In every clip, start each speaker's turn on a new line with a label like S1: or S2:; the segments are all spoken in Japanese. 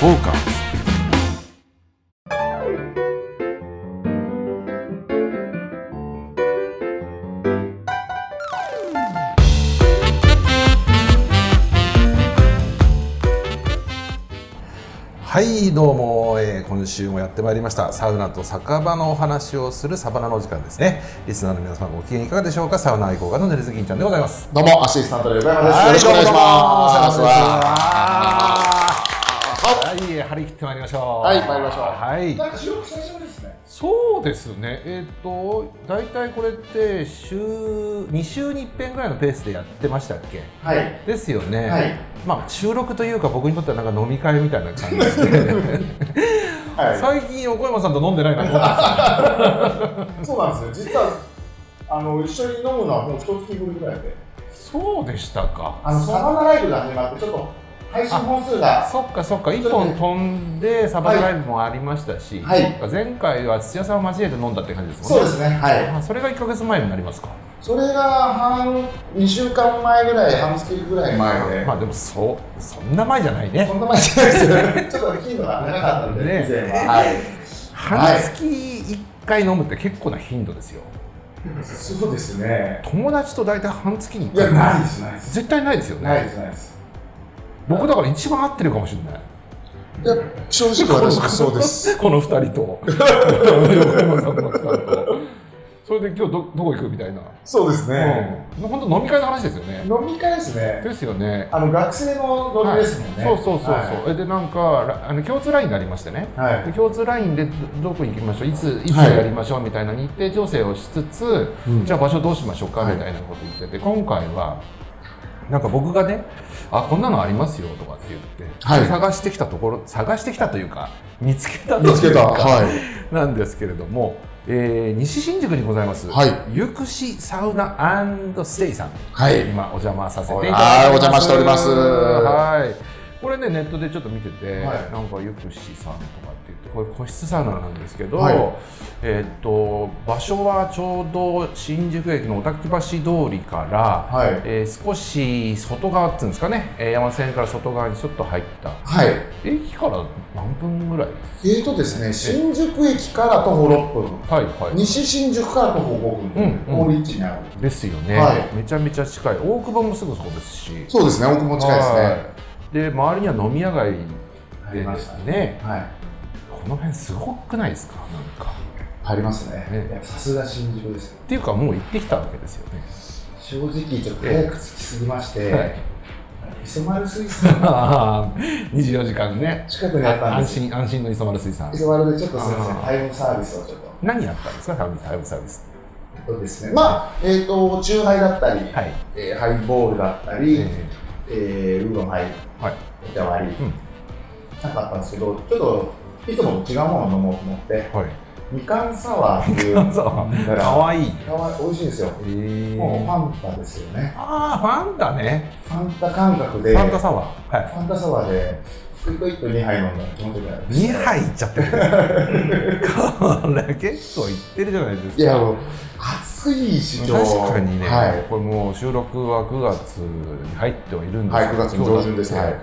S1: フォーカスはいどうも、えー今週もやってまいりましたサウナと酒場のお話をするサバナのお時間ですねリスナーの皆様ご機嫌いかがでしょうかサウナ愛好家のぬれずきんちゃんでございます
S2: どうも、アシスタントでございます。よろしくお願いします。
S1: はい、張り切ってまいりましょう。
S2: はい参りましょう
S1: はい。
S2: なんか収録久しぶりですね。
S1: そうですね。えっ、とだいたいこれって週2週に1遍ぐらいのペースでやってましたっけ？
S2: はい。
S1: ですよね。
S2: はい
S1: まあ収録というか僕にとってはなんか飲み会みたいな 感じで、
S2: は
S1: 最近横山さんと飲んでないなと思ったん
S2: い。そうなんですよ。実は、あの、一緒に飲むのはもう一月ぶりぐらいで。
S1: ですよそうでしたか。
S2: あの、サバナライブが始まって、ちょっと配信本数が。
S1: そっかそっか一本飛んでサバライブもありましたし、
S2: はい
S1: そっか前回は土屋さんを交えて飲んだって感じですもん
S2: そう
S1: ね
S2: ですね。はい。
S1: あそれが1か月前になりますか
S2: それが半、二週間前ぐらい、半月ぐらい前で。
S1: まあでもそうそんな前じゃないね
S2: そんな前じゃないですよ。ちょっと頻度が長かったんで、
S1: ね
S2: 以前は。はい。
S1: 半月1回飲むって結構な頻度ですよ
S2: そうですね。
S1: 友達と大体半月に1
S2: いや、
S1: 回
S2: ないです、ないです。
S1: 絶対ないですよね、
S2: ないです、ないです。
S1: 僕だから一番合ってるかもしれない
S2: いや、正直私もそうです。
S1: この2人 と横山さんの2人とそれで今日どどこ行くみたいな、
S2: そうですね。
S1: うん本当飲み会の話ですよね
S2: 飲み会ですね。
S1: ですよね
S2: あの学生のノリですもんね。
S1: そうそうそうそう、
S2: は
S1: えでなんからあの共通ラインになりましてね
S2: い。はい
S1: で共通ラインでどどこに行きましょういついつ
S2: はい
S1: やりましょうみたいな日程調整をしつつ、
S2: うん
S1: じゃあ場所どうしましょうか
S2: はい
S1: みたいなこと言ってて、今回はなんか僕がねあこんなのありますよとかって言って、
S2: はい
S1: 探してきたところ探してきたというか見つけたと
S2: 見つ
S1: い
S2: け
S1: う
S2: た。
S1: か
S2: はい。
S1: なんですけれども、えー西新宿にございます、
S2: はい
S1: ゆくしサウナステイさん
S2: はい。
S1: 今お邪魔させていただいて
S2: はいお邪魔しております
S1: はい。これねネットでちょっと見てて、
S2: はい
S1: なんかよくしサウナとかって言ってこれ個室サウナなんですけど、
S2: はい
S1: えーっと場所はちょうど新宿駅の御嶽橋通りから、
S2: はい。
S1: えー少し外側っていうんですかね、えー山線から外側にちょっと入った
S2: はい。
S1: 駅から何分ぐらいです
S2: えーとですね、新宿駅から徒歩6分、
S1: かはいはい。
S2: 西新宿から徒歩5分、
S1: うんうん
S2: 高立地にある。
S1: ですよね、
S2: はい
S1: めちゃめちゃ近い大久保もすぐそこですし
S2: そうですね、奥も近いですね。
S1: はいで周りには飲み屋街でですね、
S2: はい。
S1: この辺すごくないですかなんか
S2: 入りますね
S1: ね。
S2: やっぱさすが新宿です。
S1: っていうかもう行ってきたわけですよね
S2: 正直、ちょっと早く着きすぎまして、
S1: はい
S2: 磯丸水産
S1: ああ24時 間ね
S2: 近くにあったん
S1: 安
S2: です。
S1: 心安心の磯丸水産
S2: 磯丸でちょっとすみませ
S1: あ
S2: ん、
S1: ー
S2: タイムサービスをちょっと。
S1: 何やったんですかタイムタイムサービス
S2: そうですね。まあ、えっ、と、チューハイだったり、
S1: はい、
S2: えーハイボールだった
S1: え
S2: り、え
S1: ー
S2: ーウーロンハイ、
S1: はい
S2: お茶割り、
S1: うん
S2: なんかあったんですけど、ちょっといつもと違うものを飲もうと思って、
S1: はい
S2: みかんサワーっていう、
S1: さあ
S2: だから
S1: かわいい
S2: かわい美味しいんですよ。
S1: えー
S2: もうファンタですよね。
S1: ああファンだね
S2: ファンタ感覚
S1: フ
S2: で、
S1: ァンタサワーはい
S2: ファンタサワーで、一個一個2杯飲んだら気持ちよくなる。
S1: 2杯いっちゃってるこれ結構いってるじゃないですか
S2: いや、もう、暑いし、今日
S1: 確かにね、
S2: はい。
S1: これもう収録は9月に入ってはいるんです
S2: はい、9月の上旬ですね。
S1: はい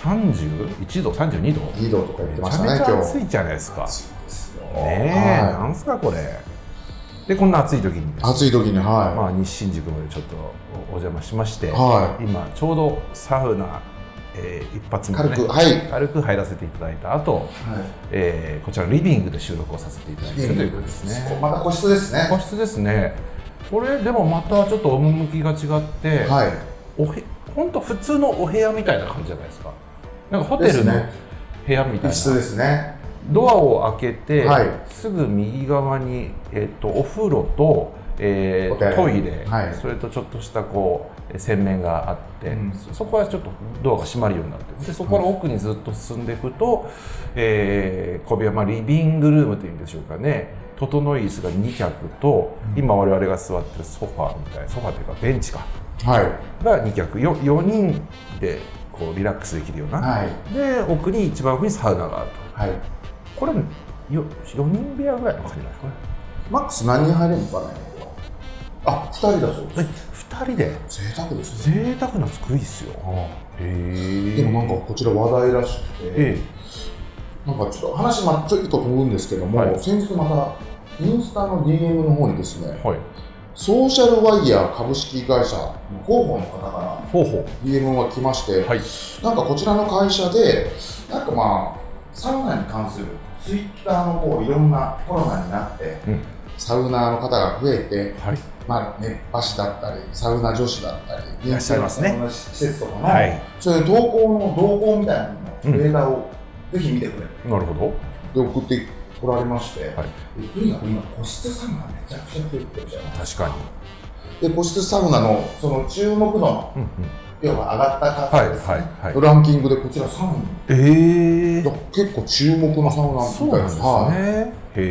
S1: 31度、32度、
S2: 2度とか言って
S1: め
S2: ま
S1: ち
S2: し
S1: ゃ
S2: た
S1: めちゃ
S2: ね、今日。
S1: 暑いじゃないですか、
S2: 暑いですよ
S1: ねえ、
S2: はい
S1: なんすか、これ。で、こんな暑い時に、
S2: 暑い時には
S1: まあ、日新宿までちょっとおお邪魔しまして、
S2: い、は
S1: 今、ちょうどサウナ、えー一発
S2: い、
S1: 目、
S2: 軽
S1: ね、
S2: くはい、
S1: 軽く入らせていただいた後、えーこちらのリビングで収録をさせていただいているということですね。
S2: また個室ですね
S1: 個室ですねこれでもまたちょっと趣が違って、
S2: はい
S1: おへほんと普通のお部屋みたいな感じじゃないですかなんかホテ
S2: で
S1: ル
S2: す
S1: の
S2: ね
S1: 部屋みたいな、
S2: 一室ですね
S1: ドアを開けて、
S2: はい
S1: すぐ右側に、えっとお風呂と、えー
S2: お手洗い
S1: トイレ、
S2: はい
S1: それとちょっとしたこうえ洗面があって、
S2: うん
S1: そそこはちょっとドアが閉まるようになってるでそこから奥にずっと進んでいくと、えー小部屋、まあ、リビングルームというんでしょうかね整い椅子が2脚と、今我々が座ってるソファーみたいなソファーというかベンチか
S2: はい
S1: が2脚よ4人でこうリラックスできるような、
S2: はい
S1: で奥に一番奥にサウナがあると。
S2: はい
S1: これよ4人部屋ぐらいの感じなんですかね
S2: マックス何人入れるのかねあ二人だそうで
S1: 2人です
S2: 贅沢ですね
S1: 贅沢な作りっすよへえ
S2: でもなんかこちら話題らしくて、
S1: え
S2: なんかちょっと話、ま、ちょっと飛ぶんですけども、
S1: はい
S2: 先日また、インスタの DM の方にですね、
S1: はい
S2: ソーシャルワイヤー株式会社の広報の方から
S1: ほうほ
S2: DM が来まして、
S1: うはい
S2: なんかこちらの会社で、なんかまあ、サウナに関するツイッターのこういろんなコロナになって、
S1: うん
S2: サウナーの方が増えて、
S1: はい
S2: まあ、熱波師だったり、サウナ女子だったり、
S1: いらっしゃいますね
S2: いろんな施設とかの、
S1: はい
S2: そういう投稿の動向みたいなののデータを、ぜひ見てくれ
S1: なるほど
S2: で送ってこられまして、
S1: はい
S2: でとにかく今個室サウナめちゃくちゃ増えてるじゃん
S1: 確かに
S2: で個室サウナのその注目度
S1: うんうん
S2: 要は上がった
S1: は
S2: 方
S1: い
S2: です、ね
S1: はいはい
S2: ランキングでこちら3
S1: ええ
S2: 位いや結構注目のサウナ
S1: そう
S2: みたい
S1: なん
S2: な
S1: ですね、
S2: はい
S1: へ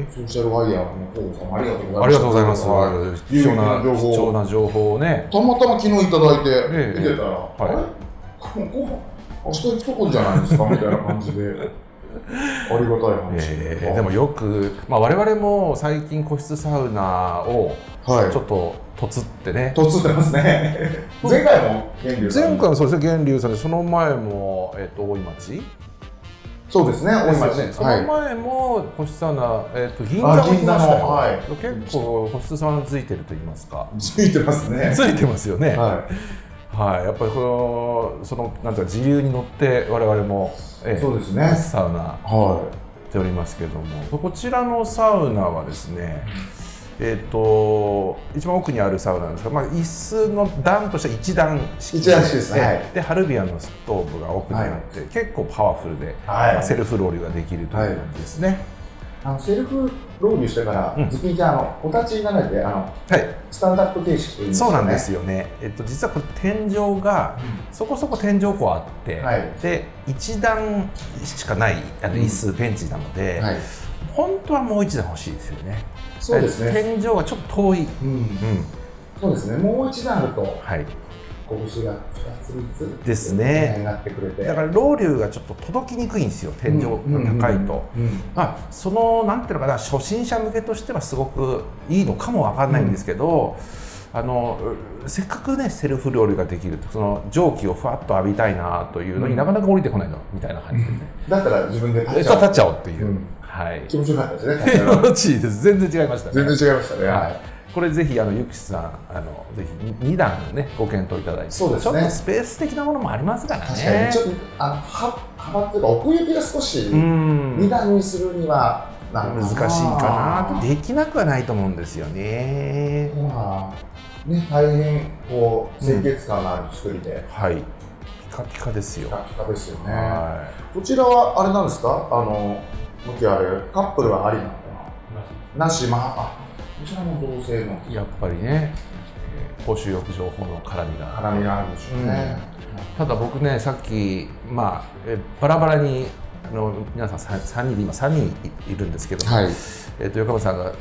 S1: え
S2: ソーシャルワイヤーの方さんありがとうございます
S1: ありがとうございます、
S2: は
S1: 貴重な
S2: 有益な情報
S1: 貴重な情報をね
S2: いたまたま昨日いただい
S1: え
S2: て
S1: え
S2: 見てたら、あれ
S1: は
S2: もうご飯明日行くとこじゃないですかみたいな感 じでありがたい話
S1: えーでもよく、まあ、我々も最近個室サウナを
S2: はい
S1: ちょっととつってね、
S2: とつってますね前回も源流さんに
S1: 前回もそうですね源流さんでその前も、えっと大井町
S2: そうですね大井町
S1: ですよねそ
S2: はい
S1: の前も個室サウナ、えっと銀座
S2: あ
S1: も来
S2: 銀座
S1: ま
S2: の
S1: したよ、
S2: はい
S1: 結構個室サウナついてると言いますか
S2: ついてますね
S1: つ。いてますよねはい、
S2: は
S1: やっぱりこのそのなんていうか自由に乗って我々も、え
S2: い。
S1: ー
S2: そうで
S1: 個
S2: す
S1: 室
S2: ね。
S1: サウナ
S2: は
S1: っておりますけどもこちらのサウナはですねえっ、と一番奥にあるサウナなんですが、まあ、椅子の段としては一段式
S2: 一段式ですねはい
S1: でハルビアのストーブが奥にあって、結構パワフルで、
S2: い。は
S1: まあセルフロールができるという感じですね
S2: あのセルフロールしてから、
S1: うん
S2: ズキンちゃん、あの、お立ちになれて、あの、
S1: はい、
S2: スタンダップ形式というんです
S1: そ
S2: かね。
S1: うなんですよね、えっと、実はこれ天井がそこそこ天井こうあって、
S2: はい
S1: で一段しかないあの椅子、ベンチなの
S2: う
S1: で、
S2: ん。はい。
S1: 本当はもう一段欲しいですよね
S2: そうですね。
S1: 天井がちょっと遠い、
S2: うん。
S1: うん
S2: そうですね。もう一段あると、
S1: はい、
S2: 拳が二つずつ。
S1: ですね
S2: になってくれて。
S1: だからロウリュがちょっと届きにくいんですよ天井が高いと。
S2: うん。うん
S1: まあ、そのなんていうのかな初心者向けとしてはすごくいいのかもわかんないんですけど、あのうせっかくねセルフロウリュができるとその蒸気をふわっと浴びたいなというの
S2: う
S1: に
S2: ん
S1: なかなか降りてこないのみたいな感じでね、
S2: だったら、自分で立
S1: え
S2: っち
S1: そう
S2: ゃ
S1: 立っちゃおうっていう、
S2: うん。
S1: はいう
S2: 気持ちよかったですね立っちゃう。
S1: 気持ちいいです 全然違いましたね
S2: 全然違いましたね。
S1: は
S2: はいい。
S1: これぜひあのゆきさんあのぜひ2段ねご検討いただいて
S2: そうですね
S1: ちょっとスペース的なものもありますからね
S2: 確かに、ちょっと、あの、は幅っていうか、奥行きが少し、
S1: うん
S2: 二段にするには、なん
S1: 難しいかなとできなくはないと思うんですよね
S2: まあ、ね、大変こう清潔感のある作りで、
S1: はいピカピカですよ
S2: ピカピカですよね。
S1: は
S2: こちらはあれなんですか？あの向きあれカップルはありなのかな？なしまああこちらも同性の
S1: いやっぱりねえー公衆浴場法の絡みが
S2: 絡みがあるんでしょうね。
S1: ただ僕ねさっきまあえーバラバラにあの皆さんさ3人今3人いいるんですけども、
S2: はい
S1: えっと横山さんが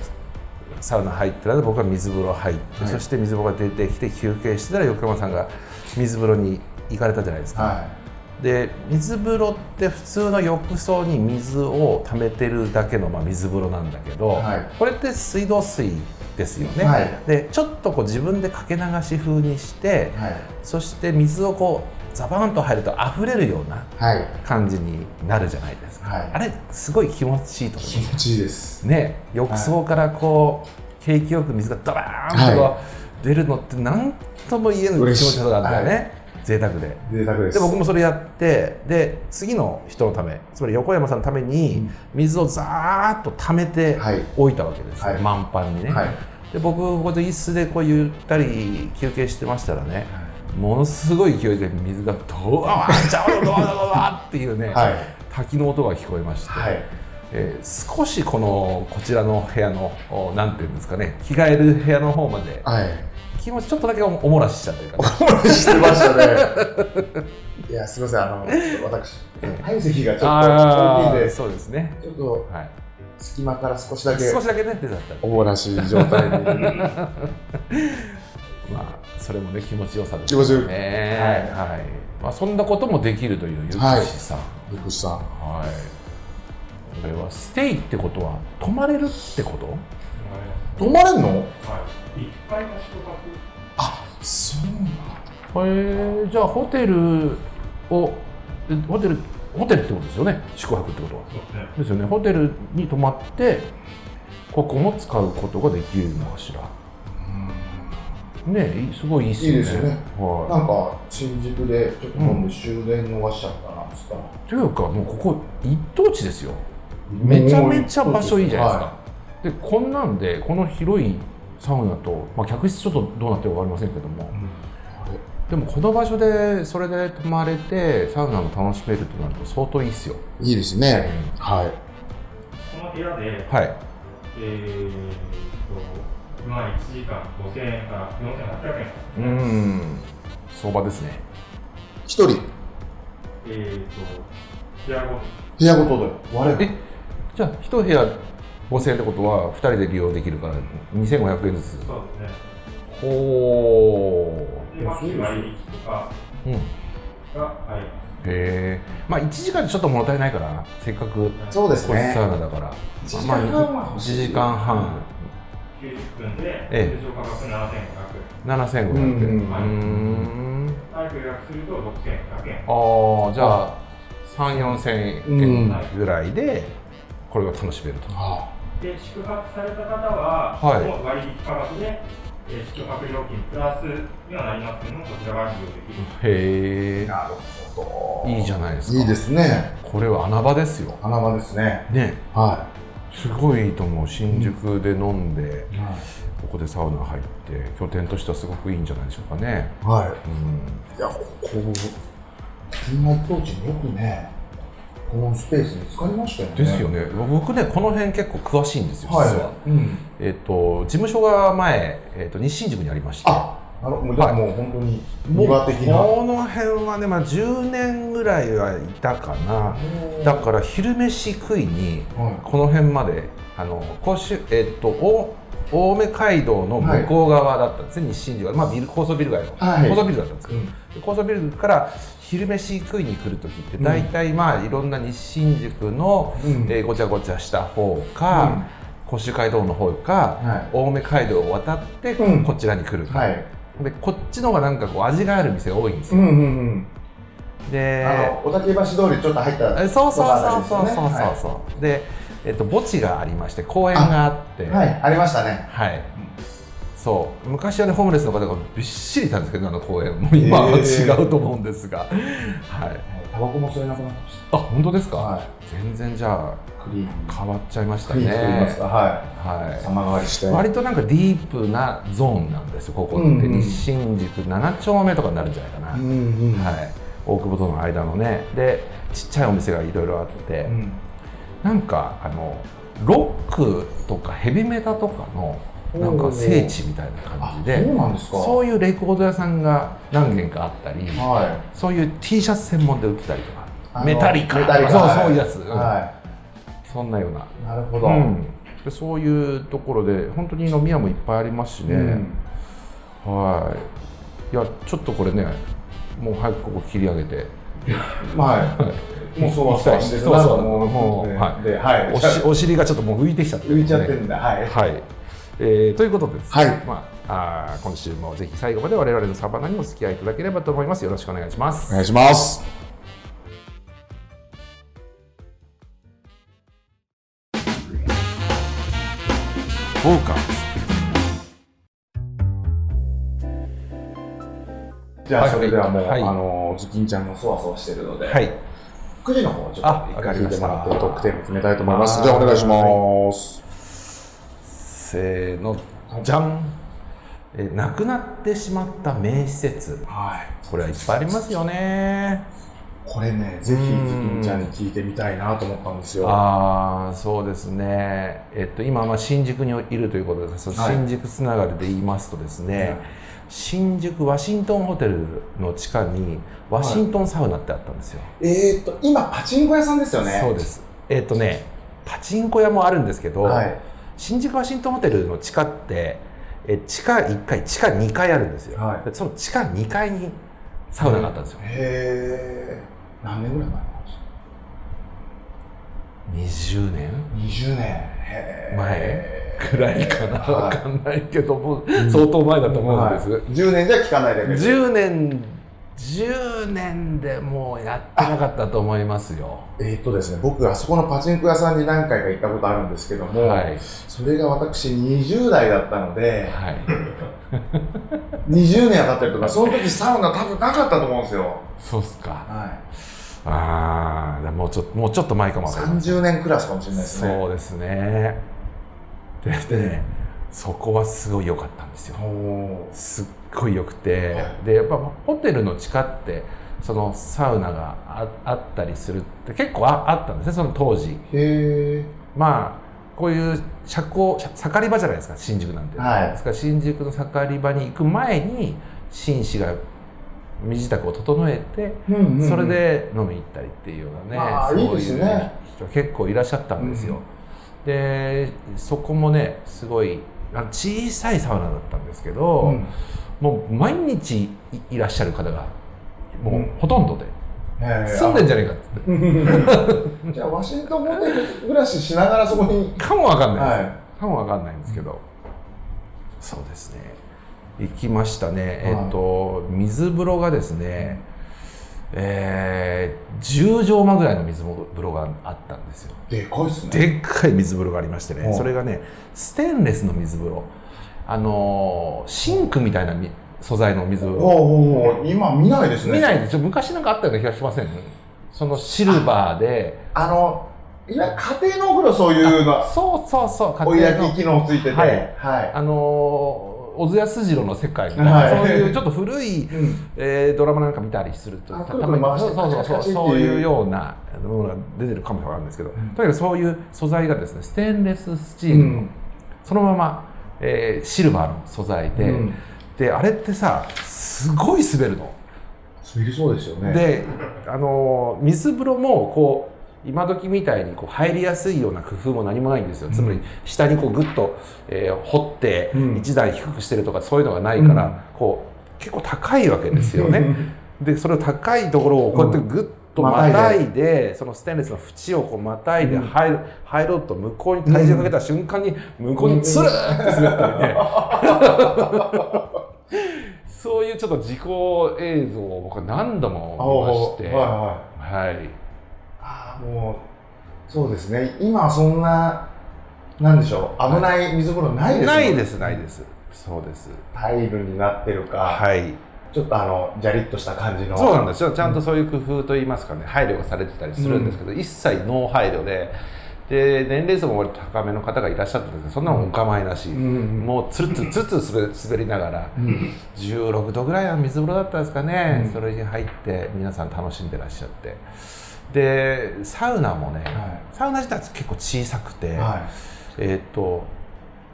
S1: サウナ入ってたら僕は水風呂入って、
S2: はい
S1: そして水風呂が出てきて休憩してたら横山さんが水風呂に行かれたじゃないですか、
S2: は
S1: で水風呂って普通の浴槽に水を溜めてるだけの、まあ、水風呂なんだけど、
S2: はい
S1: これって水道水ですよ
S2: い
S1: ね、
S2: はい
S1: でちょっとこう自分でかけ流し風にして
S2: はい
S1: そして水をこうザバーンと入ると溢れるような
S2: はい
S1: 感じになるじゃないですか、
S2: はい
S1: あれすごい気持ちいいと思います
S2: 気持ちいいです。
S1: ね、浴槽からこう、景気よく水がドバーンとこう出るのって何とも言えない
S2: 嬉し
S1: 気
S2: い
S1: 持ちよさがあったよね、贅沢で。
S2: 贅沢で
S1: で
S2: す。
S1: 僕もそれやってで次の人のためつまり横山さんのため
S2: う
S1: に
S2: ん
S1: 水をザーッと溜めて
S2: はい
S1: おいたわけですよ、
S2: はい
S1: 満帆にね。
S2: はい
S1: で僕ここで椅子でこうゆったり休憩してましたらねものすごい勢いで水がドワーッジャワドワドワドワっていうね、
S2: はい
S1: 滝の音が聞こえまして、
S2: はい
S1: えー少しこのこちらの部屋のおなんていうんですかね着替える部屋の方まで
S2: はい。
S1: 気持ちちょっとだけおおもらししちゃったというか、ね、
S2: してました ね。いやすみませんあのちょっと私体積がちょっと大きいんで
S1: そうですね、
S2: ちょっと
S1: はい、
S2: 隙間から少しだけ
S1: 少しだけね出ちゃったり
S2: おもらしい状態に
S1: まあそれもね気持ちよさです
S2: 気持ちよく
S1: ね
S2: は
S1: はい、まあ、そんなこともできるというゆきし
S2: はい
S1: さん
S2: びっくりした
S1: はい、これはステイってことは泊まれるってこと
S2: 泊まれんの
S3: はい、一回の宿泊
S2: あそうなん
S1: えー、じゃあホテルをえホテルホテルってことですよね宿泊ってことは
S3: そうですね。
S1: ですよねホテルに泊まってここも使うことができるのかしらねいいすごいいいっすよね
S2: いいですよね
S1: は
S2: なんか新宿でちょっと飲んで終電逃しちゃったなっつったら、
S1: い、というかもうここ一等地ですよめちゃめちゃ場所いいじゃないですか、でこんなんでこの広いサウナと、まあ、客室ちょっとどうなってるか分かりませんけども、でもこの場所でそれで泊まれてサウナも楽しめるとなると相当いいっすよ、
S2: い、いいですねはい
S3: この部屋で、
S1: はい
S3: えーっと、まあ1時間5000円から4800円。
S1: うん相場ですね
S2: 一人
S3: えーっと、部屋ごと。
S2: 部屋ごとで割れ
S1: えじゃあ一部屋5000円ってことは2人で利用できるから2500円ずつ
S3: そうですね。
S1: ほ
S3: で、まあ、割引とか
S1: う、うん、へ
S3: が入ります。
S1: えまあ1時間ちょっと物足りないからなせっかく
S2: そうです
S1: 個室サ
S2: ね
S1: ウナだから
S2: 1時間半
S1: 1
S2: は欲しい
S1: 時間半
S3: 90分で、
S1: ええ
S3: 通常価格7500円。
S1: 7500
S2: うん
S1: 円
S2: う
S1: う
S2: ん
S1: ーん
S3: 早く予約すると6100円。
S1: ああじゃあ34000円
S3: うん
S1: ぐらいでこれが楽しめると
S2: あ
S3: で、宿泊された方は、
S1: はい
S3: もう割引価格で、えー宿泊料金プラスにはなりますけども、こちらが利用でき
S1: へ
S3: る。
S2: なるほ
S1: えいいじゃないですか
S2: いいですね
S1: これは穴場ですよ
S2: 穴場ですね
S1: ね
S2: は
S1: すごいいいと思う新宿で飲んで、
S2: い
S1: ここでサウナ入って拠点としてはすごくいいんじゃないでしょうかね、
S2: はい
S1: うん、
S2: いや、ここ、こんな一等地によくね、このスペース見つかりましたよね。
S1: ですよ。ね僕ねこの辺結構詳しいんですよ実は、
S2: はい。うん、
S1: えっと事務所が前、えっと西新宿にありまして
S2: あ、あの、もう、もう本当に
S1: もう
S2: 庭的な。
S1: この辺はね、まあ、10年ぐらいはいたかなだから昼飯食いに
S2: は
S1: この辺まであの甲州えっとお青梅街道の向こう側だったんですね、西新宿は、まあ、ビル高層ビル街の、
S2: はい
S1: 高層ビルだったんですけ
S2: い。
S1: ど、で高層ビルから昼飯食いに来る時って
S2: うん
S1: 大体まあいろんな西新宿の、
S2: うん
S1: えーごちゃごちゃした方か、甲州街道の方か、
S2: は
S1: 青梅街道を渡って
S2: うん
S1: こちらに来る
S2: い。はい。
S1: でこっちの方がなんかこう味がある店が多いんです
S2: うん
S1: よ、
S2: うんうん。
S1: で
S2: あの、小竹橋通りちょっと入った。
S1: えそうそうそう
S2: とこ
S1: そうそうそう
S2: ろがあるんですよね
S1: そうで、えっと、墓地がありまして公園があって
S2: はい、はいありましたね。
S1: はいそう昔はねホームレスの方がびっしりいたんですけどあの公園もう今は
S2: え
S1: 違
S2: ー
S1: うと思うんですが、はい
S2: タバコも吸えなくなってまし
S1: あ本当ですか、
S2: た。はい。
S1: 全然じゃあ
S2: クリーン。
S1: 変わっちゃいました
S2: クリーンと言います
S1: ね
S2: か。は
S1: はい
S2: い。様変わりして。
S1: 割となんかディープなゾーンなんですよここって、
S2: うんうん
S1: 西新宿7丁目とかになるんじゃないかな、
S2: うんうん。
S1: はい、大久保との間のねでちっちゃいお店がいろいろあって、
S2: うん。
S1: なんかあのロックとかヘビメタとかのなんか聖地みたいな
S2: あ
S1: 感、じ
S2: そ
S1: で
S2: うなんですか。
S1: そういうレコード屋さんが何軒かあったり
S2: はい。
S1: そういう T シャツ専門で売ってたりとか
S2: あの
S1: メタリカ
S2: メタリカ
S1: そうそういうやつ、うん
S2: は。
S1: そんなようない
S2: なるほど。
S1: うんでそういうところで本当に飲み屋もいっぱいありますしね、
S2: うん
S1: はいいやちょっとこれねもう早くここ切り上げて
S2: はい。もうそわそわしてる。
S1: そうそう
S2: なんかもう、もう、
S1: もう
S2: はい。で、はい。
S1: おしお尻がちょっともう浮いてきちゃってる
S2: 浮いちゃってるんだ。はい。
S1: はい、えーということでですね、
S2: はい
S1: まあ、あー今週もぜひ最後まで我々のサバナにお付き合いいただければと思いますよろしくお願いします、
S2: いします。
S1: フォーカス
S2: じゃ
S1: は
S2: あ、
S1: い
S2: それではもう、
S1: はい
S2: あの、ズッキンちゃんがそわそわしてるので、
S1: はい
S2: 9時の方、ちょっと
S1: あ
S2: 一回聞いてもらっ
S1: わか
S2: て、
S1: りました
S2: トークテーマ決めたいと思います。
S1: はい
S2: じゃあ、お願いします。
S1: せーのじゃん、えー亡くなってしまった名施設
S2: はい。
S1: これはいっぱいありますよね
S2: これね、ぜひ、ズッキンちゃんに聞いてみたいなと思ったんですよ。は
S1: ああそうですね、えっと、今、まあ、新宿にいるということです、
S2: はい
S1: 新宿つながりで言いますとですね、
S2: はい
S1: 新宿ワシントンホテルの地下にワシントンサウナってあったんですよ、
S2: いえーっと、今、パチンコ屋さんですよね。
S1: そうですえっとねパチンコ屋もあるんですけど、
S2: はい。
S1: 新宿ワシントンホテルの地下ってえ地下1階地下2階あるんですよ、
S2: はい
S1: でその地下2階にサウナがあったんですよ、
S2: へー。何年ぐらい前の話
S1: 20年
S2: ?20 年。へー。
S1: 前くらいかな、 わ
S2: はい
S1: かんないけども、相当前だと思うんです、
S2: はい10年じゃ聞かないレベル。
S1: 10年10年でもうやってなかったと思いますよ。
S2: えーっとですね、僕、あそこのパチンコ屋さんに何回か行ったことあるんですけども、
S1: はい。
S2: それが私20代だったので、
S1: はい。
S2: 20年は経ってるとか、その時サウナ多分なかったと思うんですよ。
S1: そうっすか。
S2: は
S1: ああ、もうちょっと、もうちょっと前か
S2: い。
S1: もわかりません
S2: 30年クラスかもしれないですね。
S1: そうですね。で、でね、そこはすごい良かったんですよ。
S2: おー
S1: すっごい良くて、
S2: は
S1: でやっぱホテルの地下ってそのサウナがああったりするって結構ああったんですねその当時
S2: へ
S1: まあこういう社交社盛り場じゃないですか新宿なんて、
S2: え。は
S1: ですから新宿の盛り場に行く前に紳士が身支度を整えて、
S2: い。うん
S1: それ、で飲みに行ったりっていうようなね、
S2: ああ
S1: そう
S2: いいですね
S1: 人結構いらっしゃったんですよ、でそこもねすごいあ小さいサウナだったんですけど、
S2: うん
S1: もう毎日いいらっしゃる方がも
S2: うん
S1: うほとんどで、
S2: へえ
S1: 住んでんじゃねえかっつって
S2: じゃあワシントンホテル暮らししながらそこに
S1: かもわかんないです、
S2: は
S1: かもわかんないんですけど、そうですね行きましたね、
S2: はい
S1: えっと水風呂がですね、えー、10畳間ぐらいの水風呂があったんですよ
S2: いでかいっすね
S1: でっかい水風呂がありまして
S2: う
S1: ね
S2: ん
S1: それがねステンレスの水風呂あのーシンクみたいなみ素材の水風
S2: お
S1: 呂
S2: うおうおう今見ないですね
S1: 見ないでしょ昔なんかあったような気がしませんそのシルバーで
S2: あのいや家庭のお風呂そういうのは
S1: そうそうそう家
S2: お
S1: 庭
S2: 焼
S1: の
S2: き機能ついてて
S1: はい
S2: は
S1: あのー小津安二郎の世界みたいな、
S2: はい
S1: そういうちょっと古い、
S2: いうん
S1: えードラマなんか見たりすると
S2: あ
S1: た
S2: くる
S1: た
S2: く
S1: ま
S2: る
S1: に
S2: 回し
S1: そ
S2: て
S1: うそうそうそう
S2: カチカチっていう
S1: そういうようなものが出てるかもわかんないですけど、
S2: ん
S1: とにかくそういう素材がですねステンレススチー
S2: う
S1: ル、
S2: ん
S1: そのまま、えーシルバーの素材で、
S2: うん
S1: であれってさすごい滑るの。
S2: 滑りそうですよね
S1: で、あのー水風呂もこう今時みたいにこう入りやすいような工夫も何もないんですよ、つまり下にこうグッと、えー掘って
S2: うん
S1: 一段低くしてるとかそういうのがないから、こう結構高いわけですよ ね。でそれを高いところをこうやってグッと
S2: うん
S1: またいで、そのステンレスの縁をこうまたいで
S2: うん
S1: 入る入ろうと向こうに体重かけた瞬間に向こうにつるーって滑ったりね、そういうちょっと自己映像を僕は何度も見まして、
S2: あはいはい
S1: はい、
S2: ああもうそうですね今はそんななんでしょう危ない水風呂ないですもん
S1: ないですないですそうです
S2: タイルになってるか、
S1: はい
S2: ちょっとあのじゃりっとした感じの
S1: そうなんですよちゃんとそういう工夫といいますかね配慮がされてたりするんですけど、一切ノー配慮でで年齢層も割と高めの方がいらっしゃったんですけどそんなのお構いなし、
S2: うん
S1: もうつるつるつるつる滑り滑りながら
S2: うん
S1: 16度ぐらいの水風呂だったんですかね、
S2: うん
S1: それに入って皆さん楽しんでらっしゃってでサウナもね、
S2: は
S1: サウナ自体は結構小さくて、
S2: いはい
S1: えーっと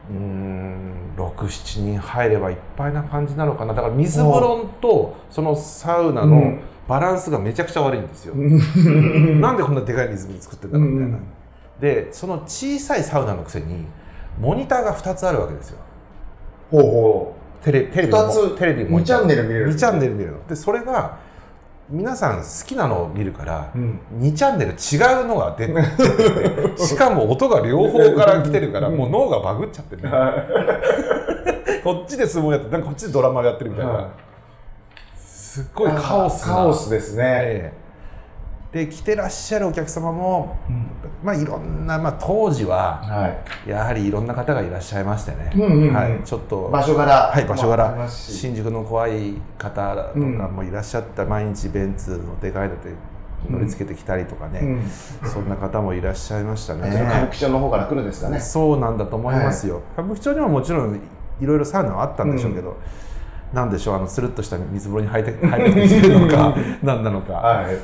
S1: うーん67人入ればいっぱいな感じなのかなだから水風呂とそのサウナ
S2: う
S1: の
S2: ん
S1: バランスがめちゃくちゃ悪いんですよ、
S2: うん
S1: なんでこんなでかい水風呂作ってんだろうみたいな、
S2: うん
S1: でその小さいサウナのくせにモニターが2つあるわけですよ
S2: ほうほ
S1: テレテレビ
S2: 二
S1: も
S2: つ
S1: テレ
S2: う
S1: ビも
S2: 2チャンネル見れる
S1: 2チャンネル見るのでそれが皆さん好きなのを見るから
S2: うん
S1: 2チャンネル違うのが出て 出ててしかも音が両方から来てるからもう脳がバグっちゃってね
S2: は
S1: こっちで相撲やってなんかこっちでドラマやってる
S2: い
S1: みたいな、すっごいカオスな
S2: カオスですね、
S1: ええで来てらっしゃるお客様も、
S2: うん
S1: まあ、いろんな、まあ、当時は
S2: は
S1: やはりいろんな方がいらっしゃいましてね、
S2: うんうんうん
S1: はい、ちょっと
S2: い、場所柄
S1: はい、場所柄、
S2: もありますし
S1: 新宿の怖い方とか
S2: うん
S1: もいらっしゃった、毎日ベンツのでかいので乗り付けてきたりとか
S2: う
S1: ね、
S2: ん、
S1: そんな方もいらっしゃいました
S2: あっちの歌舞
S1: ね。
S2: 伎町の方から来るんですかね
S1: そうなんだと思いますよ。歌舞伎町にももちろんいろいろサウナはあったんでしょうけど、なんでしょう、あのスルッとした水風呂に入って入ってきてるの か、なんなのか、
S2: はい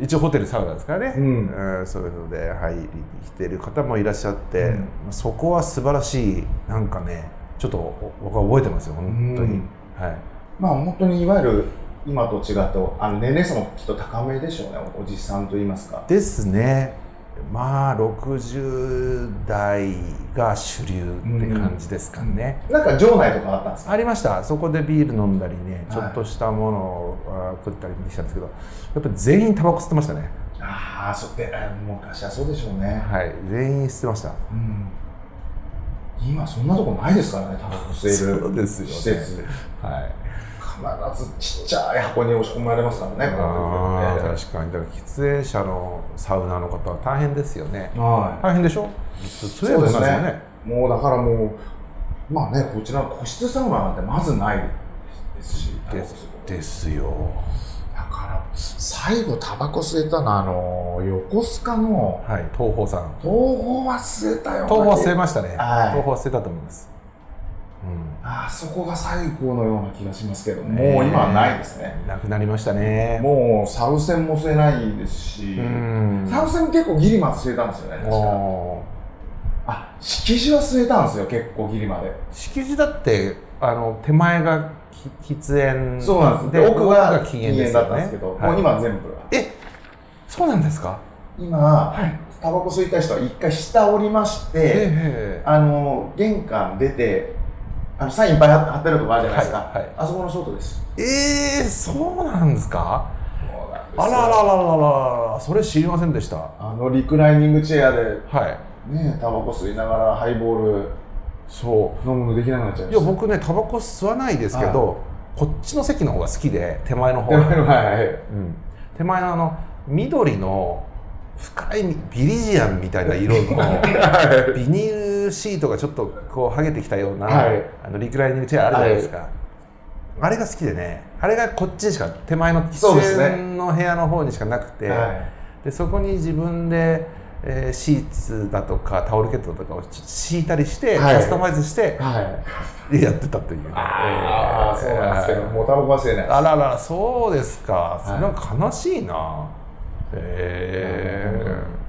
S1: 一応ホテルサウナですからね、
S2: う
S1: うんんそういうので入りに来てる方もいらっしゃって、
S2: うん
S1: まあそこは素晴らしいなんかねちょっとお僕は覚えてますよ本当に、
S2: うん
S1: はい
S2: まあ本当にいわゆる今と違ってあの年齢層もきっと高めでしょうねおじさんと言いますか
S1: ですねまあ60代が主流って感じですかね、
S2: なんか場内とかあったんですか
S1: ありましたそこでビール飲んだりね
S2: は
S1: ち
S2: い
S1: ょっとしたものをあー食ったりしたんですけどやっぱり全員タバコ吸ってましたね
S2: ああそうであ昔はそうでしょうね、
S1: はい全員吸ってました
S2: うん、 今そんなとこないですからねタバコ吸える
S1: そうですよね
S2: 施設
S1: はい
S2: 考ずちっちゃい箱に押し込まれますからね、
S1: あ
S2: この
S1: ー
S2: 時
S1: 確かにだから喫煙者のサウナーの方は大変ですよね
S2: は
S1: 大変でしょ普通やもんな
S2: そうですね
S1: それね
S2: い、もうだからもう、まあね、こちらの個室サウナなんてまずないですし、
S1: ですですよ
S2: だから、最後、タバコ吸えたのは、あの横須賀の
S1: はい東宝さん
S2: 東宝は吸えたよ
S1: 東宝は吸えましたね、
S2: はい
S1: 東宝は吸えたと思います、うん
S2: ああそこが最高のような気がしますけど、
S1: ね
S2: もう今はないですね。
S1: なくなりましたね
S2: もうサウセンも吸えないですし、
S1: ん
S2: サウセン結構ギリまで吸えたんですよね、確か。
S1: も
S2: あ、敷地は吸えたんですよ、結構ギリまで。
S1: う敷地だってあの手前がき喫煙
S2: そうなんです。で、奥は
S1: 禁
S2: 禁煙
S1: 煙です
S2: だった
S1: よ
S2: んで
S1: ね
S2: すけど、
S1: はい
S2: もう今は全部。
S1: そうなんですか
S2: 今、
S1: はい
S2: タバコ吸いたい人は一回下降りまして、
S1: え
S2: あの、玄関出て、あのサインいっぱい貼ってるとこあるじゃないですか。
S1: はいはい
S2: あそこのショートです。
S1: ええー、そうなんですかあららら
S2: ら。
S1: ららららそれ知りませんでしたは
S2: あのリクライニングチェアで
S1: い
S2: ねタバコ吸いながらハイボール
S1: そ
S2: 飲むのできなくなっちゃいうま
S1: い
S2: し
S1: や
S2: た
S1: 僕ねタバコ吸わないですけどこっちの席の方が好きで手前の方
S2: 手前のはい
S1: うん、手前のあの緑の深いビリジアンみたいな色のビニールシートがちょっとこう剥げてきたような、
S2: はい
S1: あのリクライニングチェアあるじゃないですか、あれが好きでねあれがこっちにしか手前の
S2: そうで
S1: 喫
S2: すね
S1: 煙の部屋の方にしかなくてそ,、
S2: は
S1: でそこに自分で、えーシーツだとかタオルケットだとかをちょっと敷いたりして、
S2: はい
S1: カスタマイズして
S2: いはい
S1: やってたというね、
S2: ああそうなんですけどもうタバコは吸えない
S1: あらら、そうですか。
S2: はい
S1: なんか悲しいな。え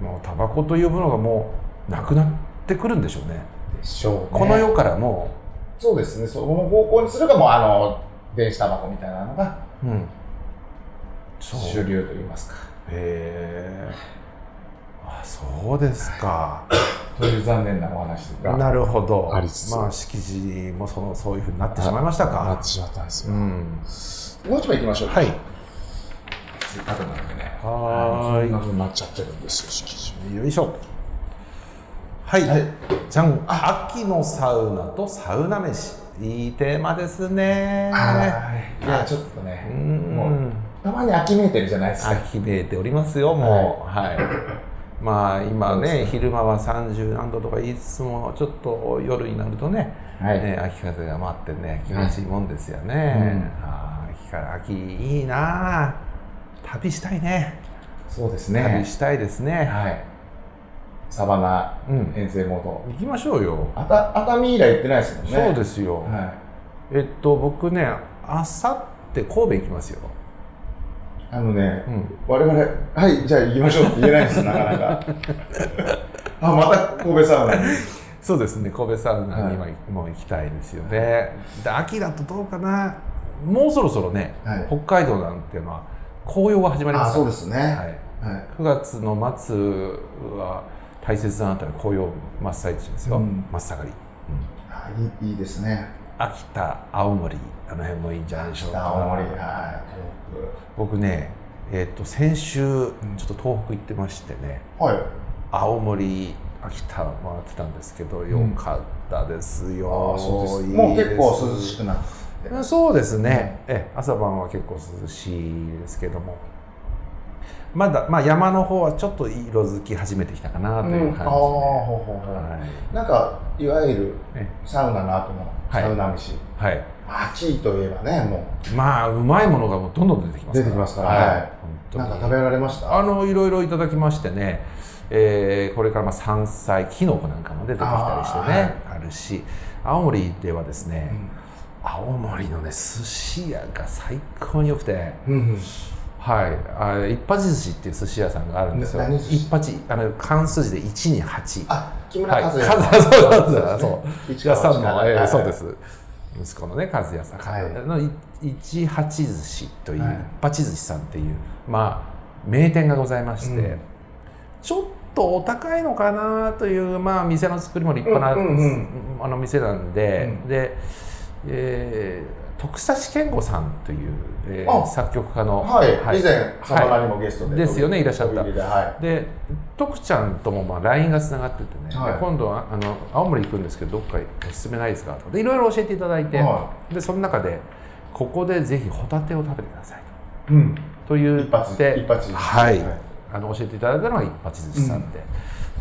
S1: えもうタバコというものがもうなくなってくるんでしょうね。
S2: でしょうね
S1: この世からも
S2: そうですねその方向にするかもうあの電子タバコみたいなのが
S1: う、うん、そう。
S2: 主流と言いますか
S1: ええあ、そうですか。
S2: という残念なお話が
S1: なるほど。
S2: ありつつ
S1: まあ敷地もそのそういうふうになってしまいました
S2: なっ
S1: か
S2: て。しまったんです
S1: う
S2: よ、
S1: ん。
S2: もう一枚いきましょう
S1: はい。
S2: せっかくなんでね
S1: は
S2: こんなふうになっちゃってるんですよ敷地
S1: ーい。よいしょ。はい。
S2: はい
S1: じゃん秋のサウナとサウナ飯いいテーマですね
S2: はいいやちょっと
S1: う
S2: ねも
S1: ん
S2: たまに秋めいてるじゃないですか
S1: 秋めいておりますよもうはい、まあ今
S2: そう
S1: ね
S2: です
S1: 昼間は30何度とか言いつつもちょっと夜になるとね、
S2: は
S1: えー秋風が待ってね気持ちいいもんですよね、あー秋から秋いいなあ旅したいね
S2: そうです
S1: 旅
S2: ね
S1: したいですね、
S2: はいサバナ
S1: うん
S2: 遠征モード
S1: 行きましょうよ、
S2: あた熱海以来行ってないですもんね
S1: そう
S2: す
S1: ですよ、
S2: は
S1: えっと僕ねあさって神戸行きますよ、
S2: いあのね
S1: うん、
S2: 我々はいじゃあ行きましょうって言えないん ですなかなかあまた神戸サウナに
S1: そうですね神戸サウナに今もう行きたいですよね、で秋だとどうかなもうそろそろね
S2: はい
S1: 北海道なんてまあ紅葉が始まりま
S2: あ
S1: すか
S2: そう
S1: ら
S2: ですね
S1: はい、
S2: はい
S1: 9月の末は大切なあたり紅葉真っ最中ですよ、
S2: うん
S1: 真っ盛り
S2: あいいいいですね
S1: 秋田青森あの辺もいいんじゃないでしょうか
S2: 北青森はい
S1: 僕ねえっと先週ちょ
S2: ん
S1: っと東北行ってましてね、
S2: 東北はい
S1: 青森秋田回ってたんですけど良かったですよ、
S2: あそうです
S1: いい
S2: もう結構涼しくなって
S1: うんそうですね、え朝晩は結構涼しいですけどもまだ、まあ、山の方はちょっと色づき始めてきたかなという感じで、
S2: ああほうほうほう、
S1: はい
S2: なんかいわゆる
S1: え
S2: サウナの後の
S1: はい
S2: サウナ飯、
S1: はい、
S2: 秋といえばねも
S1: まあうまいものがもうどんどん出てき
S2: う
S1: ます
S2: 出
S1: か
S2: て
S1: ら
S2: きますから、
S1: はい
S2: はい
S1: 本当に
S2: なんか食べられました
S1: あのいろいろいただきましてね、えーこれからまあ山菜きのこなんかも出てきたりしてねあ,、るし青森ではですね、青森のね寿司屋が最高に良くて、
S2: うんうん
S1: はい、あ一八寿司っていう寿司屋さんがあるんですよ
S2: な何寿司
S1: 一八あの漢数字で1に8
S2: あ、木村
S1: はい
S2: 和也
S1: 和也そうそうそうそう
S2: う市
S1: 石田
S2: 川。
S1: さんの、えーそうですす息子のね和也さん、
S2: はい
S1: のい一八寿司という、
S2: はい
S1: 一八寿司さんっていうまあ名店がございまして、
S2: うん
S1: ちょっとお高いのかなというまあ店の作りも立派な、
S2: うんうん
S1: あの店なんで、
S2: うん
S1: で、えー徳指健吾さんという、えー
S2: あ
S1: 作曲家の、
S2: はい、
S1: い
S2: 以前、サバナにもゲストで、
S1: ですよねいらっしゃった
S2: 飛び入りでは
S1: で徳ちゃんともまあ LINE がつながっててね、
S2: はい
S1: で今度はあの青森行くんですけどどっかおすすめないですかとかでいろいろ教えていただいて、
S2: は
S1: でその中で、ここでぜひホタテを食べてください
S2: うん、
S1: という
S2: 一発
S1: で
S2: 一発
S1: はい
S2: はい
S1: あの教えていただいたのが一発寿司さんで、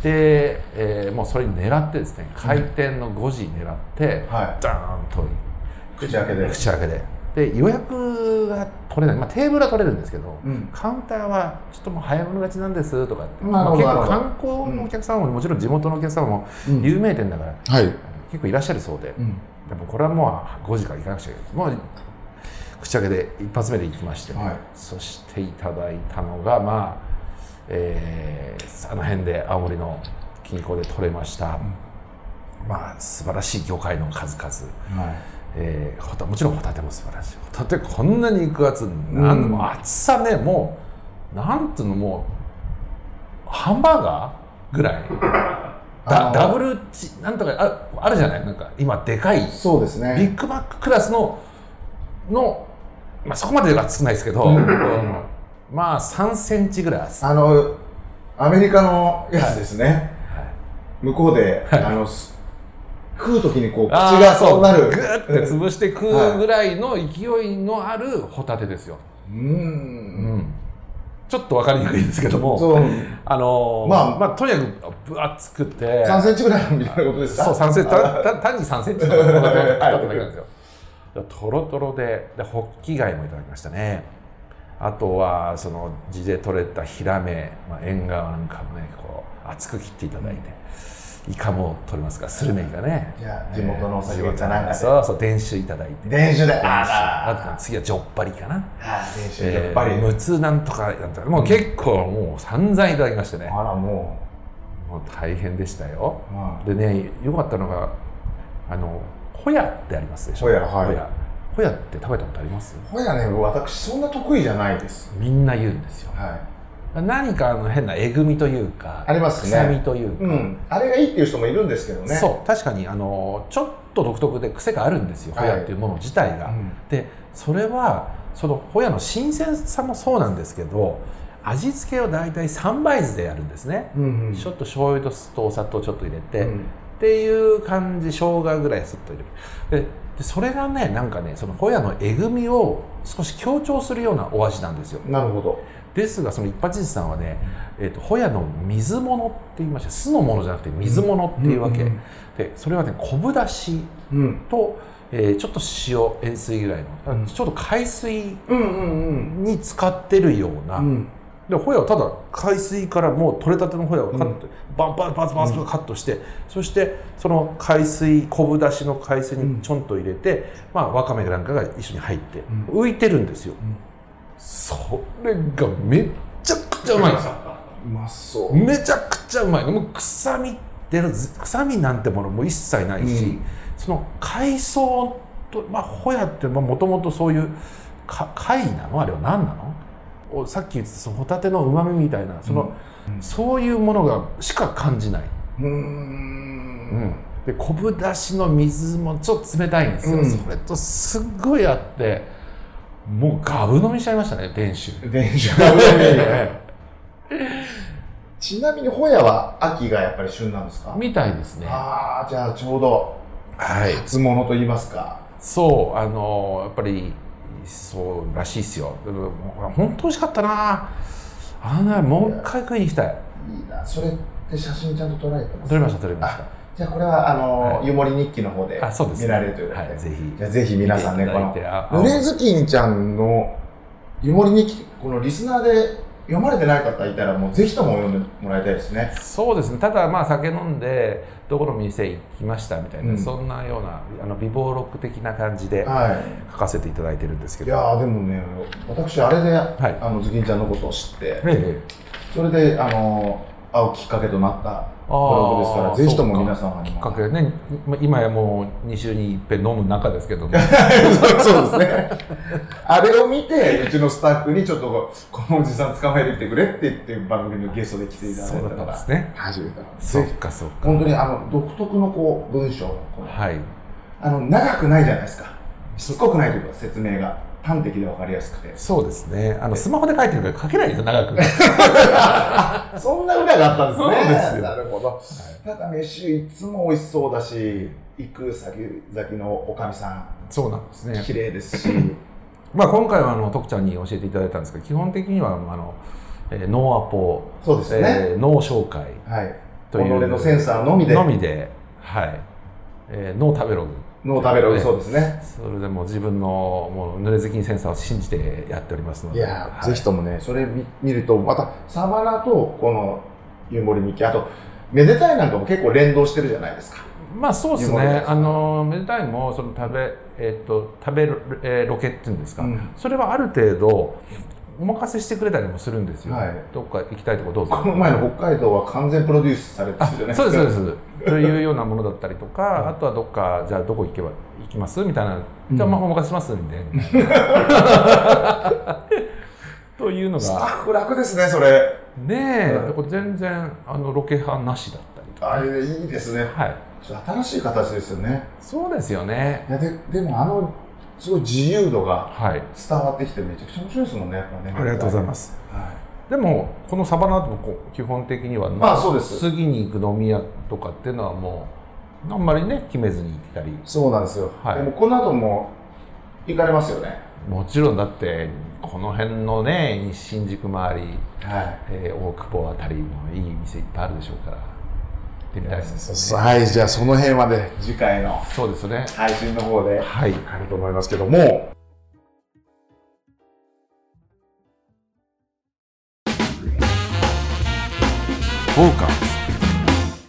S1: で、えーもうそれに狙ってですね開店の5時に狙って、
S2: は
S1: ダーンと
S2: い、口開けで、
S1: 口開けでで予約が取れない、まあ、テーブルは取れるんですけど、
S2: うん、
S1: カウンターはちょっともう早物勝ちなんですとかって、
S2: なる
S1: まあ
S2: ほど
S1: 結構
S2: なる
S1: 観光のお客様も、もちろん地元のお客様も
S2: うん
S1: 有名店だから、
S2: はい、
S1: 結構いらっしゃるそうで、
S2: うん、
S1: でもこれはもう5時から行かなくちゃいけないもう口開けで一発目で行きまして、
S2: はい
S1: そしていただいたのがまあえーあの辺で青森の近郊で取れました、まあ素晴らしい魚介の数々。
S2: は
S1: えーホタもちろんホタテも素晴らしいホタテこんなに肉厚なん、
S2: うん
S1: もう厚さねもうなんていうのもうハンバーガーぐらい
S2: い、
S1: だ
S2: あの
S1: ダブルチなんとかああるじゃないなんか今でかい
S2: そうです
S1: ビ
S2: ね、
S1: ッグマッククラスのの、まあ、そこまでは少ないですけど、うんまあ3センチぐらい厚さ、
S2: あのアメリカのやつですね、向こうで、あのす食うときにこう口
S1: あー
S2: がそうなる
S1: グ、ッて潰して食うぐらいの勢いのあるホタテですよ、う
S2: う、
S1: んん、ちょっと分かりにくいですけども
S2: そう
S1: あのー
S2: まあ
S1: まあとにかく分厚くて
S2: 三センチぐらいみたいなことですか、
S1: そう3センチたた単に3センチ とかだっただけなんですよとろとろででホッキ貝もいただきましたねあとはその地で取れたヒラメ、まあ、縁側なんかもねこう厚く切っていただいてイカも取れますからスルメイカね
S2: じゃあ地元のお酒かなんかで、
S1: そうそう伝酒いただいて
S2: 練習で、
S1: あ
S2: あ
S1: と次はジョッパリかな
S2: ら、練習
S1: え
S2: やっぱり、
S1: ー、無痛なんとかなんとかもう結構もう散々いただきましてね
S2: あらも
S1: もう大変でしたよ
S2: う、うん、
S1: でねよかったのがあのホヤってありますでしょ
S2: ホヤはい
S1: ホヤホヤって食べたことあります
S2: ほやね、私そんな得意じゃないです。
S1: みんな言うんですよ
S2: はい。
S1: 何かあの変なえぐみというか
S2: ありますね
S1: 臭みというか、
S2: うん、あれがいいっていう人もいるんですけどね。
S1: そう確かにあのちょっと独特で癖があるんですよホヤっていうもの自体が、
S2: うん
S1: でそれはそのホヤの新鮮さもそうなんですけど味付けを大体3倍酢でやるんですね、
S2: うんうん
S1: ちょっと醤油と酢とお砂糖ちょっと入れて、
S2: うん
S1: っていう感じ生姜ぐらいすっと入れるででそれがねなんかねそのホヤのえぐみを少し強調するようなお味なんですよ
S2: なるほど。
S1: ですがその一発寿司さんはね、えー、とホヤの水物って言いました酢のものじゃなくて水物っていうわけ、
S2: うん
S1: でそれはね昆布だし
S2: うん。
S1: と、えーちょっと塩塩水ぐらいの、
S2: うん
S1: ちょっと海水
S2: うんうん
S1: に使ってるような、
S2: うん。
S1: でホヤをただ海水からもう取れたてのホヤをカット、バンバンバンバンとカットして、そしてその海水昆布だしの海水にちょんと入れて、まあ、わかめなんかが一緒に入って、
S2: ん
S1: 浮いてるんですよ、
S2: ん
S1: それがめちゃくちゃうまいんですよ
S2: うまそう。
S1: めちゃくちゃうまいのもう臭み出る臭みなんてものも一切ないし、
S2: うん
S1: その海藻と、まあ、ホヤってもともとそういうか貝なのあれは何なのおさっき言ってたそのホタテのうまみみたいなその、そういうものがしか感じない、
S2: うー。
S1: うんんで昆布だしの水もちょっと冷たいんですよ、
S2: うん
S1: それとすっごいあってもうガブ飲みしちゃいましたね伝酒
S2: 電車が上に ちなみにホヤは秋がやっぱり旬なんですか。
S1: みたいですねは
S2: ああ、じゃあちょうど
S1: い
S2: 初物と言いますか。
S1: そうあのやっぱりそうらしいっすよでも本当美味しかったなあのねもう一回食いに行きたい
S2: いいな。それって写真ちゃんと撮られてます。
S1: 撮れました撮れまし
S2: じゃあこれはあの
S1: は
S2: ー
S1: い
S2: 湯守日記の方で
S1: たあそうです、
S2: 見られるということ
S1: はい
S2: で。
S1: ぜひ
S2: じゃあぜひ皆さんねこの
S1: 見ていただいてあ
S2: 濡れずきんちゃんの湯守に来てこのリスナーで読まれてない方いたらもうぜひとも読んでもらいたいですね
S1: そうですねただまあ酒飲んでどこの店行きましたみたいな、
S2: うん
S1: そんなようなあの美貌録的な感じで
S2: は
S1: 書かせていただいてるんですけ
S2: いい
S1: ど
S2: やーでもね私あれで、
S1: い
S2: あのずきんちゃんのことを知って
S1: ええ
S2: それであのー会うきっかけとなった
S1: あー
S2: ブログですからぜひとも皆
S1: そうか
S2: 様に
S1: きっ
S2: も
S1: かけでねま今やもう2週に一遍飲む中ですけども
S2: そうそうですねあれを見てうちのスタッフにちょっとこのおじさん捕まえてきてくれって言って番組のゲストで来 ていただい
S1: そうだ
S2: た
S1: った
S2: か
S1: んで
S2: ら
S1: すね
S2: 初めてなんです
S1: そ
S2: ね
S1: っかそっか
S2: 本当にあの独特のこう文章のこの
S1: はい
S2: あの長くないじゃないですかしつこくないというか説明が端的で分かりやすくて
S1: そうですね。あのスマホで書いてるから書けないんですよ、 長く。
S2: そんな裏があったんですね
S1: そうですよ
S2: なるほどただ飯いつも美味しそうだし行く先々のおかみさ
S1: そうなんです
S2: ん
S1: ね。
S2: 綺麗ですし
S1: まあ今回はあの徳ちゃんに教えていただいたんですけど、基本的にはあの、えー、ノーアポ、
S2: そうですよね、
S1: えー、脳紹介
S2: はい
S1: という
S2: 己のセンサーのみで
S1: のみで、はい。えー、脳食べログ。
S2: の食べる
S1: えー
S2: そうですね
S1: それでもう自分のもう濡れずきんセンサーを信じてやっておりますの
S2: い
S1: で。
S2: やー、
S1: はい
S2: ぜひともねそれ見見るとまたサバナとこの湯守日記あとめでたいなんかも結構連動してるじゃないですか
S1: まあそうです
S2: いうもので
S1: ね
S2: す。
S1: あのめでたいもその食べえっ、と食べる、えーロケっていうんですか。
S2: うん
S1: それはある程度お任せしてくれたりもするんですよ。
S2: はい
S1: どっか行きたいとこどうぞ。
S2: この前の北海道は完全プロデュースされてるじゃないです
S1: そ
S2: か
S1: うですそうです。というようなものだったりとか、あとはどっかじゃあどこ行けば行きますみたいな、じゃあまあお任せしますん で。というの
S2: スタ
S1: が
S2: ッフ楽ですねそれ
S1: ねえ、
S2: うん
S1: これ全然あのロケ派なしだったりと
S2: あ
S1: か、
S2: れいいですね
S1: はい、
S2: ちょっと新しい形ですよね
S1: そうですよね。
S2: いやででもあのすごい自由度が
S1: はい、
S2: 伝わってきてめちゃくちゃ面白いですもんねやっぱねす、
S1: す。
S2: は
S1: でもこのサバナートもこう基本的には、
S2: い、まあそうです
S1: 次に行く飲み屋とかっていうのはもうあんまりね決めずに行ったり
S2: そうなんですよ、
S1: はい
S2: でもこの後も行かれますよね
S1: もちろんだってこの辺のね新宿周り、
S2: はい
S1: えー大久保あたりのいい店いっぱいあるでしょうから行ってみたいですよね
S2: はいじゃあその辺まで次回の
S1: そうですね
S2: 配信の方で
S1: はい
S2: あると思いますけども。
S1: フォーカス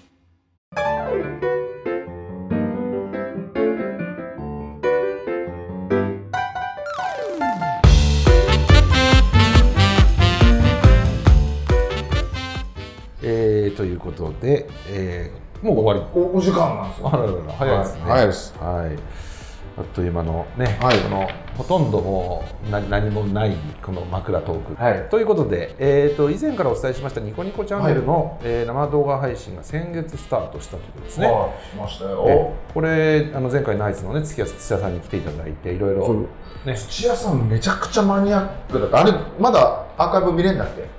S1: えー、ということで、えー、もう終わり
S2: おお時間なんです
S1: あららら早いですね
S2: はい早いです
S1: はいあっという間のね、
S2: はい
S1: このほとんどもう何何もないこの枕トーク、
S2: はい
S1: ということで、えー、と以前からお伝えしましたニコニコチャンネルの、えー生動画配信が先月スタートしたということですね。
S2: はい、しましたよ
S1: え。これあの前回ナイツのね月安土屋さんに来ていただいていろい
S2: こ
S1: ろ
S2: れ
S1: ね
S2: 土屋さんめちゃくちゃマニアックだった。あれまだアーカイブ見れんだっけ？
S3: はい、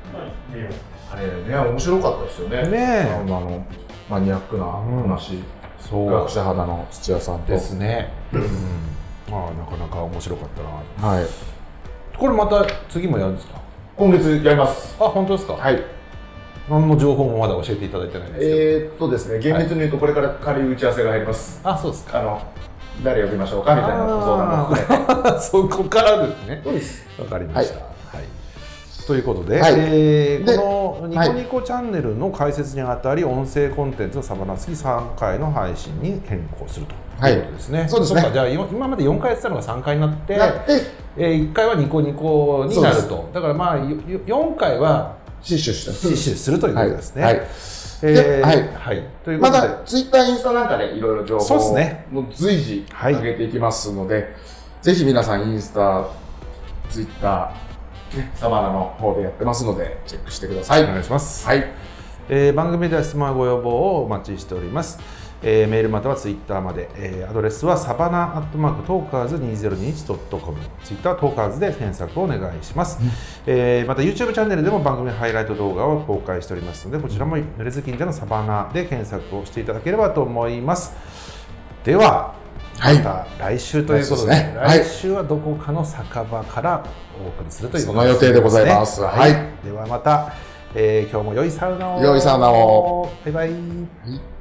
S3: 見えます
S2: あれね面白かったですよね。
S1: ね
S2: あ
S1: え
S2: のあのマニアックな話、
S1: そ
S2: 学者肌の土屋さん
S1: う
S2: と。
S1: ですね。うんああなかなか面白かったな。
S2: はい。
S1: これまた次もやるんですか。
S2: 今月やります。
S1: あ本当ですか。
S2: はい。
S1: 何の情報もまだ教えていただいてないんですけど。
S2: えー、っとですね、厳密に言うとこれから軽い打ち合わせが入ります。
S1: あそうですか。
S2: あの誰呼びましょうかみたいなご相談も含め て。
S1: そこからですね。
S2: そうです。
S1: わかりました。はいということで、
S2: はい
S1: えー
S2: で
S1: このニコニコチャンネルの解説にあたり、音声コンテンツのサバナスキ3回の配信に変更すると
S2: はい
S1: いうことですね。
S2: そうですね
S1: っかじゃあよ今まで4回やってたのが3回になって、
S2: やって
S1: えー、1回はニコニコになる
S2: そ
S1: と。だからまあ4回は
S2: 死守した。
S1: 死守するということですね。
S2: はいはい
S1: えー
S2: ではい
S1: はい。というこ
S2: ま
S1: とで、
S2: だツイッター、インスタなんかでいろいろ情
S1: そ
S2: 報
S1: うです
S2: を
S1: ね
S2: もう随時
S1: はい
S2: 上げていきますので、ぜひ皆さんインスタ、ツイッター、ね、サバナの方でやってますのでチェックしてください。
S1: お
S2: は
S1: 願いします。
S2: い、
S1: えー番組では質問やご要望をお待ちしております、えーメールまたはツイッターまで、えーアドレスはサバナアットマークトーカーズ 2021.com ツイッタートーカーズで検索をお願いします、えーまた YouTube チャンネルでも番組ハイライト動画を公開しておりますのでこちらも濡れずきんじゃのサバナで検索をしていただければと思いますでは
S2: はい
S1: また来週ということで,、
S2: 来週ですねはい
S1: 来週はどこかの酒場からお送りするという
S2: その予定でございます
S1: ね
S2: はい
S1: ではまた、えー今日も良いサウナを
S2: 良いサウナを
S1: バイバイ
S2: はい